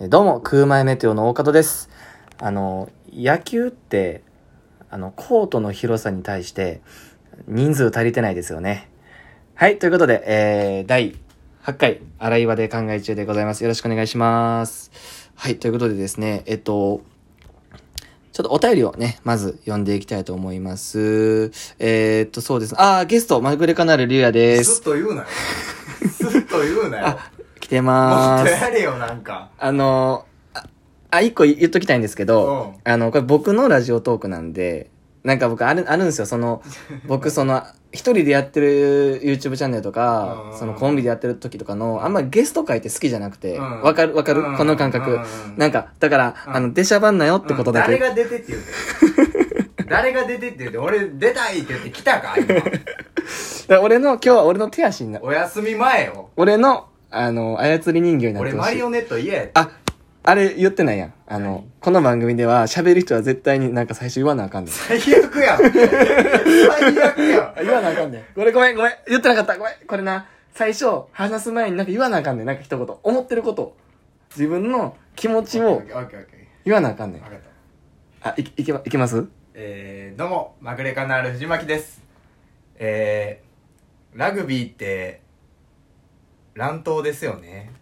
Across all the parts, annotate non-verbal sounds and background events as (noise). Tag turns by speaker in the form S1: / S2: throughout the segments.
S1: えどうも、空前メテオの大方です。あの、野球って、あの、コートの広さに対して、人数足りてないですよね。はい、ということで、えー、第8回、洗い場で考え中でございます。よろしくお願いします。はい、ということでですね、えっと、ちょっとお便りをね、まず読んでいきたいと思います。えー、っと、そうですね。あー、ゲスト、マグレカナルリュウヤです
S2: すっ。と言うなよ。すっと言うなよ。
S1: あ来て
S2: も
S1: ま
S2: っと
S1: ーす。
S2: やれよ、なんか。
S1: あのー、あ、あ一個言っときたいんですけ
S2: う
S1: ど、
S2: ん。
S1: あの、これ僕のラジオトークなんで、なんか僕ある、あるんですよ。そ
S2: (laughs)
S1: の、僕その、一人でやってる YouTube チャンネルとか
S2: う、ん
S1: そのコンビでやってる時とかの、あんまゲスト会って好きじゃなくて、
S2: うん
S1: わかるわか
S2: う
S1: る
S2: ん
S1: この感覚。
S2: うん
S1: なんか、だから、
S2: うん
S1: あの、出しゃばんなよってことだ
S2: 誰
S1: け。
S2: が出てって言うて。誰が出てって言うて、俺出たいって言って来たか、今。
S1: だから俺の、今日は俺の手足にな、
S2: お休み前よ。
S1: 俺の、あの、操り人形になっ
S2: 俺
S1: てほ
S2: マ
S1: し
S2: リ
S1: い
S2: オ。ネット嫌や。
S1: あ、あれ言ってないやん。あの、この番組では喋る人は絶対になんか最初言わなあかんねん。
S2: 最悪やん。最悪やん
S1: あ。言わなあかんねん。ごめんごめんごめん。言ってなかった。ごめん。これな、最初、話す前になんか言わなあかんねん。なんか一言。思ってることを。自分の気持ち
S2: オ
S1: を
S2: ッケーオッケーオッケ
S1: 言わなあかんね
S2: ー。
S1: ん
S2: わ。かった。
S1: あ、い、いけま、いけます
S2: えー、どうも、まぐれカナール藤巻です。えー、ラグビーって、乱闘ですよね。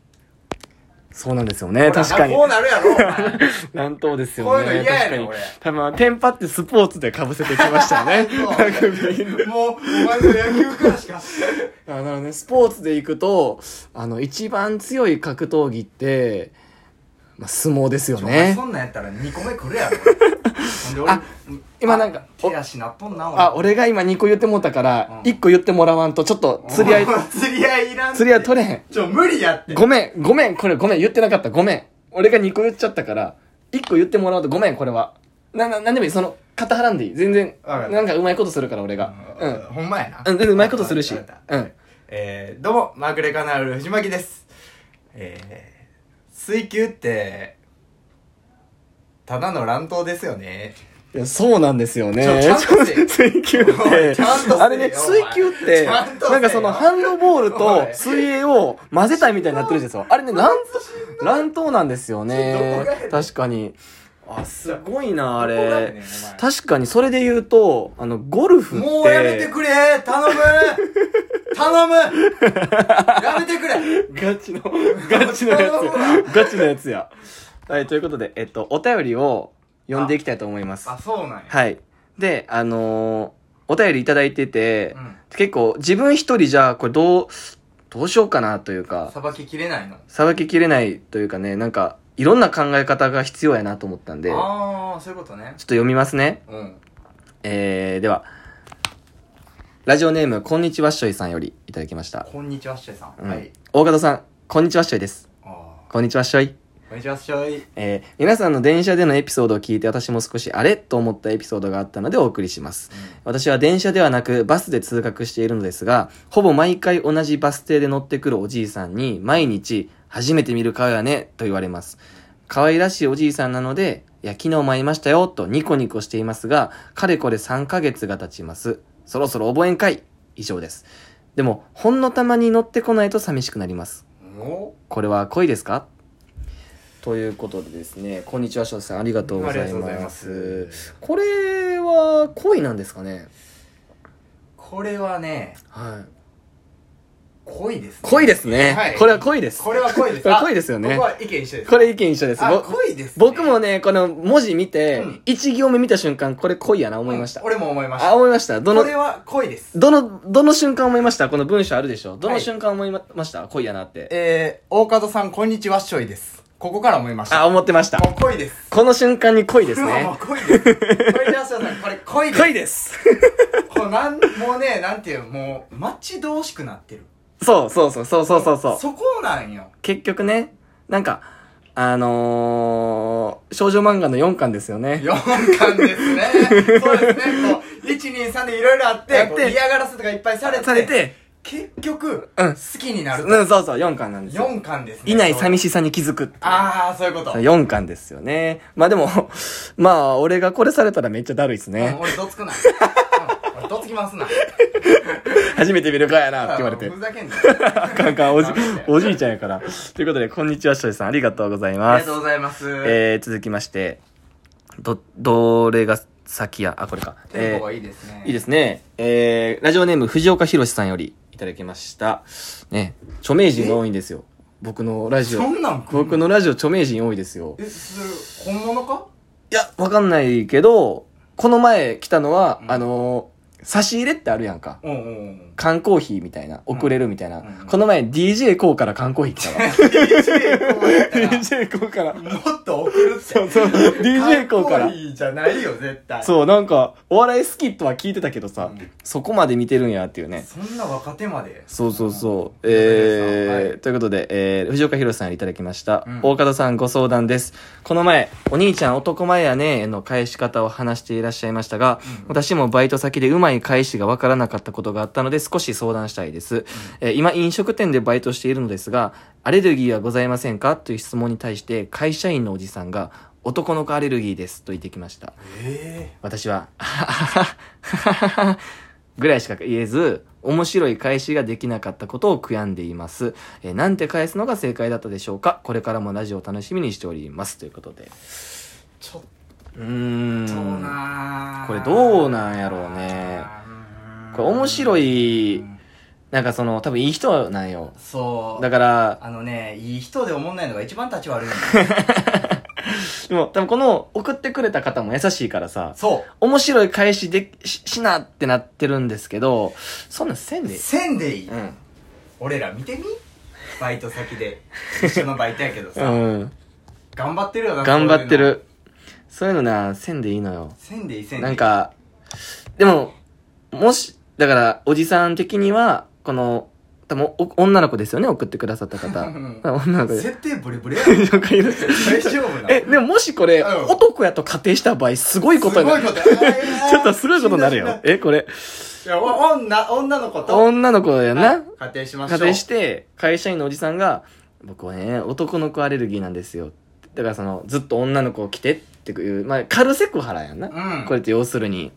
S1: そうなんですよね。確かに
S2: ほ。らこうなるやろお前。
S1: 乱闘です
S2: こ
S1: よ
S2: うい
S1: ね。
S2: うの嫌やねん。
S1: 確かに。多分、テンパってスポーツで被せてきましたね
S2: (laughs) もう、お前の野球からしか。
S1: あなるほどね。スポーツで行くと、あの、一番強い格闘技って、まあ、相撲ですよね
S2: そ。んなんやったら2個目来るやろ。ほんで
S1: あ
S2: 俺、
S1: 今なんか
S2: 手足なっとんな、
S1: あ、。俺が今2個言ってもうたから、
S2: うん
S1: 1個言ってもらわんと、ちょっと釣り合い、
S2: (laughs) 釣り合いいらんって。
S1: 釣り合い取れへん。
S2: ちょ、無理やって。
S1: ごめん、ごめん、これごめん、言ってなかった、ごめん。俺が2個言っちゃったから、1個言ってもらうとごめん、これは。な、な、なんでもいい、その、肩はらんでいい。全然、
S2: わかった
S1: なんかうまいことするから、俺が。う
S2: うん
S1: ん。
S2: ほんまやな。
S1: うん、全然うまいことするし。
S2: わかった
S1: うん。
S2: えー、どうも、マークレカナール藤巻です。えー、水球って、ただの乱闘ですよね。
S1: いや、そうなんですよね。
S2: ちょちゃんとせえ
S1: 水球っ
S2: おい
S1: て
S2: ちゃんとせえよ、
S1: あれね、
S2: お前
S1: 水球って、
S2: ちゃんとせえよ
S1: なんかそのハンドボールと
S2: おい
S1: 水泳を混ぜたみたいになってるんですよ。あれね、乱闘、乱闘なんですよ
S2: どこ
S1: ね
S2: がやね。ん
S1: 確かに。あ、すごいな、あ
S2: どこがや
S1: れ
S2: ねんお前。
S1: 確かに、それで言うと、あの、ゴルフって。
S2: もうやめてくれ
S1: (laughs)
S2: 頼む頼むやめてくれ
S1: ガチの、ガチのやつや。ガチのやつや。はい、ということで、えっと、お便りを読んでいきたいと思います。
S2: あ、そうなんや。
S1: はい。で、あのーお便りいただいてて、
S2: うん。
S1: 結構自分一人じゃ、これどう、どうしようかなというか、
S2: さばききれないの。
S1: さばききれないというかね、なんか、いろんな考え方が必要やなと思ったんで、ちょっ
S2: ああ、そういうことね。
S1: と読みますね。
S2: うん。
S1: えー、では、ラジオネーム、こんにちはっしょいさんよりいただきました。
S2: こんにちは、しょいさん。
S1: うん
S2: はい。
S1: 大方さん、こんにちはっしょいです。
S2: ああ。
S1: こんにちはっしょい。
S2: こんにちは、しょい。
S1: えー皆さんの電車でのエピソードを聞いて私も少しあれと思ったエピソードがあったのでお送りします。私は電車ではなくバスで通学しているのですが、ほぼ毎回同じバス停で乗ってくるおじいさんに毎日初めて見る顔やねと言われます。可愛らしいおじいさんなので、いや、昨日も会いましたよとニコニコしていますが、かれこれ3ヶ月が経ちます。そろそろ覚えんかい以上です。でも、ほんのたまに乗ってこないと寂しくなります。
S2: うんお
S1: これは恋ですかということでですね、こんにちは、翔さん、ありがとうございます。。これは恋なんですかね
S2: これはね、
S1: はい。
S2: 恋ですね。
S1: 恋ですね、
S2: はい
S1: これは恋です。
S2: これは恋で
S1: こ
S2: す。
S1: れ
S2: あ
S1: 恋ですよね
S2: ここは意見一緒です。
S1: これ意見一緒です。
S2: あ、
S1: ぼ
S2: 恋ですね。
S1: 僕もね、この文字見て、
S2: うん
S1: 一行目見た瞬間、これ恋やな、思いました。
S2: うん俺も思いまし
S1: あ、
S2: た。
S1: 思いました。ど
S2: こ
S1: の、
S2: れは恋です。
S1: どの、どの瞬間思いましたこの文章あるでしょどの
S2: はい
S1: 瞬間思いまました、恋やなって。
S2: えー、大門さん、こんにちは、しょいです。ここから思いました。
S1: あ、思ってました。
S2: もう恋です。
S1: この瞬間に恋です
S2: うわ (laughs) も
S1: ね
S2: う。恋です。これじゃあ、しょいさん、これ恋です。
S1: 恋です
S2: こうなんもうねなんていうもう待ち遠しくなってる
S1: そうそうそうそうそうそうそう。
S2: そこなんよ
S1: 結局ね、なんか、あのー、少女漫画の4巻ですよね。
S2: 4巻です
S1: (laughs)
S2: ねそうですねこう123でいろいろあって
S1: やって
S2: こう嫌がらせとかいっぱいされて
S1: されて、
S2: 結局、
S1: うん
S2: 好きになると、
S1: うん、そうそう、4巻なんですよ。
S2: 4巻ですね
S1: いない寂
S2: しい
S1: しさに気づく。
S2: ああそういうことうん
S1: 4巻ですよね。 (laughs) まあでも、まあ、俺がこれされたらめっちゃだるいですね。
S2: 俺どつくないうん俺どつつき
S1: (laughs)
S2: 回すな。
S1: 初めて見るかやなって言われて
S2: ふ。ざけ
S1: (laughs)
S2: んな。
S1: あかんあかん、おじ
S2: ダメだよ、
S1: おじいちゃんやから。ということで、こんにちは、しょいさん。ありがとうござい
S2: あ
S1: ま
S2: りが
S1: す
S2: とう。ございます。
S1: えー、続きまして、ど、どれが先や、あ、これか。
S2: テン
S1: え
S2: ポが
S1: ー
S2: いいですね。
S1: いいですね。えー、ラジオネーム、藤岡弘さんよりいただきました。ね、著名人が多いんですよ。僕のラジオ
S2: そ。んなん来ん
S1: 僕のラジオ著名人多いですよ。
S2: え、それ、本物か
S1: いや、わかんないけど、この前来たのは、
S2: うん
S1: あのー差し入れってあるやんか。
S2: うんうんうん。
S1: 缶コーヒーみたいな、送れるみたいな。
S2: うん
S1: この前 DJ コーから缶コーヒー
S2: (laughs)
S1: 来たわ。
S2: DJ こうやったら
S1: DJ コーから。
S2: もっと送るって。
S1: そうそう。DJ コーか
S2: っこ
S1: ら。
S2: いいじゃないよ、絶対。う。
S1: そう、なんか、お笑いスキットは聞いてたけどさ、
S2: うん
S1: そこまで見てるんやっていうね。
S2: そんな若手まで。
S1: そうそうそう。
S2: ん
S1: えー
S2: はい
S1: ということで、えー、藤岡弘さんいただきました。
S2: うん
S1: 大方さんご相談です。この前、お兄ちゃん男前やねの返し方を話していらっしゃいましたが、
S2: うん
S1: 私もバイト先でうまい返しがわからなかったことがあったので少し相談したいです。えー今飲食店でバイトしているのですが、アレルギーはございませんかという質問に対して、会社員のおじさんが、男の子アレルギーですと言ってきました。
S2: え
S1: 私は、 (laughs) あははははははぐらいしか言えず、面白い返しができなかったことを悔やんでいます。えーなんて返すのが正解だったでしょうかこれからもラジオを楽しみにしております。ということで。
S2: えちょっ
S1: うーん。
S2: となー
S1: これどうなんやろうねこれ面白い
S2: うん
S1: なんかその、多分いい人なんよ。
S2: そう。
S1: だから、
S2: あのね、いい人で思んないのが一番立ち悪いの
S1: (laughs) でも多分この送ってくれた方も優しいからさ、
S2: そ
S1: 面白い返しでししなってなってるんですけど、そんなんせん
S2: う。
S1: で。
S2: せんでいい。
S1: うん。
S2: 俺ら見てみバイト先で。一緒のバイトやけどさ。
S1: うん。
S2: 頑張ってるよな、
S1: 頑張って
S2: そういうの。
S1: る。そういうのな、せんでいいのよ。
S2: せんでいい、せんでいい。
S1: なん、か、でも、もし、だから、おじさん的には、この、多分お女の子ですよね、送ってくださった方。
S2: うん
S1: 女の子です。
S2: 設定ブレブレやろ。
S1: 了解です
S2: 大丈夫な
S1: (laughs)
S2: の
S1: え、でももしこれ、
S2: うん
S1: 男やと仮定した場合、すごいことになる。
S2: すごいことや
S1: (laughs) ちょっとすごいことになるよ。え、これ、
S2: いや、お女、女の子と、
S1: 女の子やな。
S2: はい仮定しましょう。
S1: 仮定して、会社員のおじさんが、僕はね、男の子アレルギーなんですよ。だからその、ずっと女の子を着てっていう、まあ、カルセクハラやんな。
S2: うん
S1: これって要するに、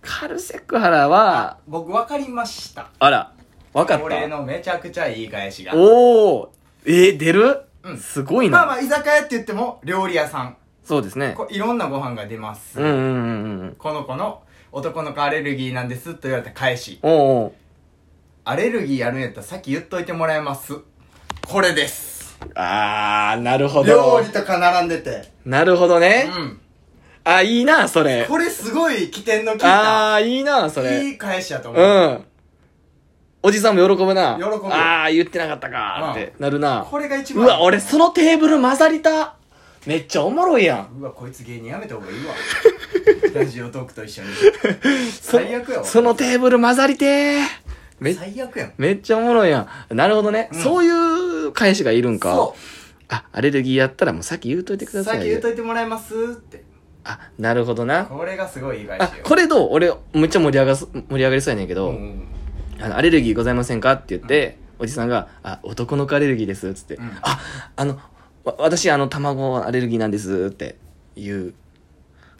S1: カルセクハラは、
S2: 僕分かりました。
S1: あら、わかっ
S2: 俺
S1: た。
S2: のめちゃくちゃいい返しが。
S1: おおえー、出る、
S2: うん
S1: すごいな、
S2: まあまあ、居酒屋って言っても、料理屋さん。
S1: そうですね。
S2: こいろんなご飯が出ます。
S1: うんうんうんうん。
S2: この子の、男の子アレルギーなんですと言われた返し。
S1: おうおう
S2: アレルギーやるんやったらさっき言っといてもらえます。これです。
S1: あー、なるほ
S2: 料
S1: ど
S2: 理。とか並んでて。
S1: なるほど
S2: う
S1: ね。
S2: ん。
S1: あ、いいな、それ。
S2: これすごい起点の効いた。
S1: あー、いいな、それ。
S2: いい返しやと思
S1: う
S2: う。
S1: ん。おじさんも喜ぶな。
S2: 喜ぶ
S1: あー、言ってなかったかーってなるな。
S2: これが一
S1: う
S2: 番。
S1: わ、俺そのテーブル混ざりた。めっちゃおもろいやん。
S2: うわこいつ芸人やめた方が
S1: (laughs)
S2: いいわラジオトークと一緒に最悪やわ
S1: そのテーブル混ざりてー。め
S2: 最悪やん
S1: めっちゃおもろいやん。なるほどね。
S2: うん
S1: そういう返しがいるんか。
S2: そ
S1: あ、アレルギーやったらもう先言うといてく
S2: う
S1: ださ
S2: さ
S1: い
S2: っ
S1: よ。
S2: き言うといてもらえますって
S1: あ、なるほどな。
S2: これがすごい意外
S1: あ
S2: し、よ
S1: これどう俺、めっちゃ盛り上がす、盛り上がりそうやねんけど、
S2: うん
S1: あの、アレルギーございませんかって言って、おじさんが、あ、男の子アレルギーです、つって、
S2: うん
S1: あ、あの、わ私、あの、卵アレルギーなんです、って言う。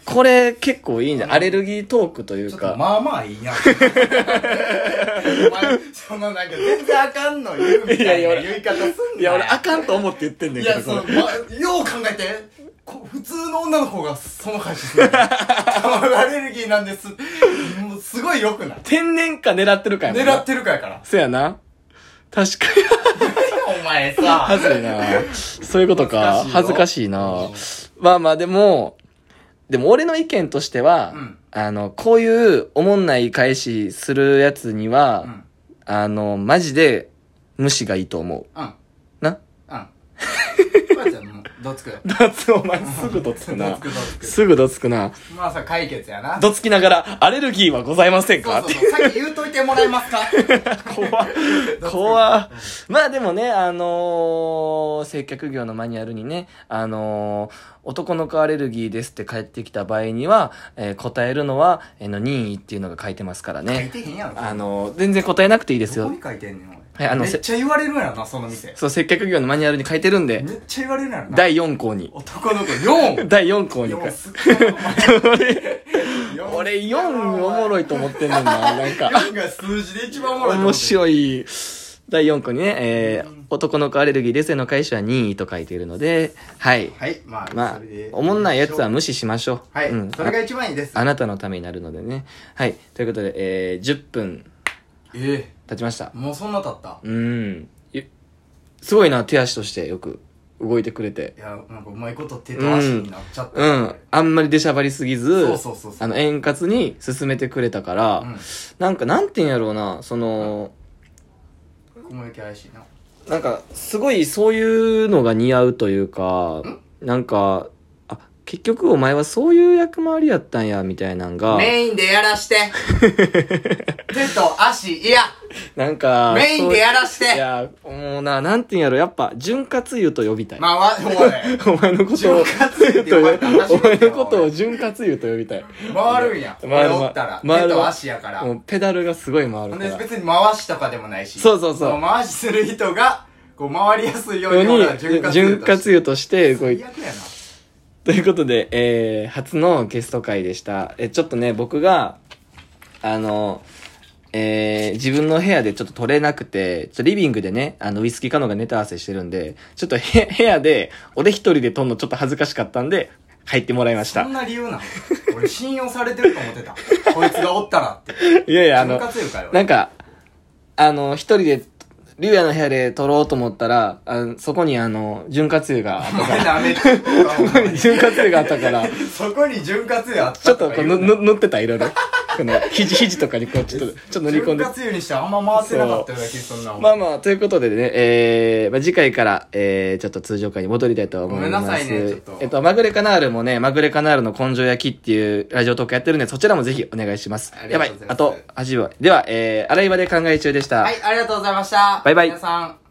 S1: これ、結構いいんじゃん。アレルギートークとい
S2: ち
S1: う
S2: ょっと
S1: か。
S2: まあまあい
S1: (laughs)
S2: いやんお前そのなんか全然あかんの言う
S1: (laughs)
S2: みたいな言い方すんなよ
S1: いや、俺、あかんと思って言ってんねん
S2: い
S1: けど、
S2: やその、
S1: こ
S2: ま、よう考えてこ普通の女の子が
S1: (laughs)
S2: その返しする卵アレルギーなんですもうすごい良くない
S1: れ天然か狙ってるかやもんな
S2: 狙ってるからやから
S1: そやな。確かに。
S2: (laughs) お前さ
S1: 恥ずいな。そういうことか。恥
S2: 恥
S1: ず
S2: ず
S1: か
S2: か
S1: し
S2: し
S1: い
S2: い
S1: な
S2: よ。
S1: まあまあ、でも、でも俺の意見としては、
S2: うん
S1: あの、こういうおもんない返しするやつには、
S2: うん
S1: あの、マジで無視がいいと思う。
S2: うん
S1: な
S2: うん。ばあちゃんも、どつく。
S1: だつ、 (laughs) お前すぐどつく
S2: ど
S1: な
S2: つ。く、どつ
S1: (laughs) すぐどつくな。
S2: く。まあさ、解決やな。
S1: どつきながら、アレルギーはございません
S2: そ
S1: か
S2: うそうそう。さっき言うといてもらえますか
S1: 怖っ怖っまあでもね、あのー接客業のマニュアルにね、あのー男の子アレルギーですって帰ってきた場合には、えー答えるのは、 (laughs) えーの任意っていうのが書いてますから
S2: 書い
S1: ね。
S2: てへんやろ。
S1: あのー全然答えなくていいです
S2: どこ
S1: よ
S2: に。書いてんねん、おい。
S1: はい、あの、
S2: めっ
S1: せ
S2: ちゃ言われるやろなその店
S1: そう、接客業のマニュアルに書いてるんで、
S2: めっちゃ言われるやろな
S1: 第4項に。
S2: 男の子 4!
S1: 第4項に。
S2: 4すっごい
S1: (laughs) 俺4おもろいと思ってんねんな。なんか、
S2: 4が数字で一番おもろいと思
S1: 面
S2: って
S1: 白い。第4項にね、えー、男の子アレルギーレセの解消は任意と書いているので、はい。
S2: はいまあ、
S1: まあ
S2: それで、
S1: おもんないやつは無視しましょう。
S2: はい、
S1: うん。
S2: それが一番いいです
S1: ああなたのためになるのでね。はい。ということで、えー、10分
S2: え
S1: 経ちました
S2: え。もうそんな経った
S1: うん。ゆすごいな、手足としてよく動いてくれて
S2: い。やなんかうまいこと手と足になっちゃった、
S1: うん。あんまり出しゃばりすぎず、
S2: そうそうそうそう
S1: あの、円滑に進めてくれたから、
S2: うん
S1: なんか、なんて言うんやろうな、その、
S2: 小麦怪しいな
S1: なんか、すごいそういうのが似合うというか、なんか、あ、結局お前はそういう役回りやったんや、みたいなんが、
S2: メインでやらして
S1: (laughs)
S2: 手と足いや
S1: なんか、
S2: メインでやらし
S1: そうい
S2: て
S1: や、もうな、なんて言うんやろ、やっぱ、潤滑油と呼びたい。
S2: まあわおい
S1: お前のことを、
S2: 潤滑油って呼ばれたら初
S1: お
S2: めて
S1: 前
S2: や
S1: のことを潤滑油と呼びたい。
S2: 回るんや
S1: (laughs) 回る
S2: 俺おったら
S1: 回る
S2: 手と足やから
S1: もうペダルがすごい回
S2: ほ
S1: る
S2: ん
S1: か
S2: で
S1: ら。
S2: 別に回しとかでもないし
S1: そうそうそう
S2: の回しする人がこう回りやすいよう
S1: よう
S2: に
S1: に
S2: 俺は潤滑
S1: 潤滑
S2: 油
S1: 油として動い
S2: 最悪やな
S1: (laughs) ということで、えー、初のゲスト会でした。え、ちょっとね、僕が、あの、えー、自分の部屋でちょっと撮れなくて、ちょっとリビングでね、あの、ウイスキーカノがネタ合わせしてるんで、ちょっとへ部屋で、俺一人で撮んのちょっと恥ずかしかったんで、入ってもらいまし
S2: そ
S1: た
S2: ん。な理由なの俺信用されてると思ってたこいつがおったらって
S1: いやいや、あ
S2: 潤
S1: の
S2: 滑、油かよ
S1: なんか、あの、一人で、竜也の部屋で撮ろうと思ったら、あのそこにあの、潤滑油があった (laughs)
S2: お
S1: か
S2: 前
S1: ら、
S2: なめてんのかお前
S1: 潤滑油があったから、
S2: そこに潤滑油あった
S1: ちょっ
S2: か
S1: とこう
S2: 言う
S1: ぬ、
S2: な
S1: ぬ、塗ってた、いろいろ。この、肘、肘とかにこう、ちょっと、ちょっと塗り込ん
S2: 潤
S1: で
S2: 滑。油にしてあんま回せなかったような気そんなもん
S1: まあまあ、ということでね、えー、まあ、次回から、えー、ちょっと通常回に戻りたいと思います。
S2: ごめんなさいねちょっと
S1: えっと、まぐれカナールもね、まぐれカナールの根性焼きっていうラジオトークやってるんで、そちらもぜひお願いします
S2: あ。り
S1: や
S2: が
S1: ば
S2: とう
S1: い
S2: ござい。ます
S1: あと、味は。では、えー、洗い場で考え中でした。
S2: はいありがとうございました
S1: バイバイ
S2: 皆さん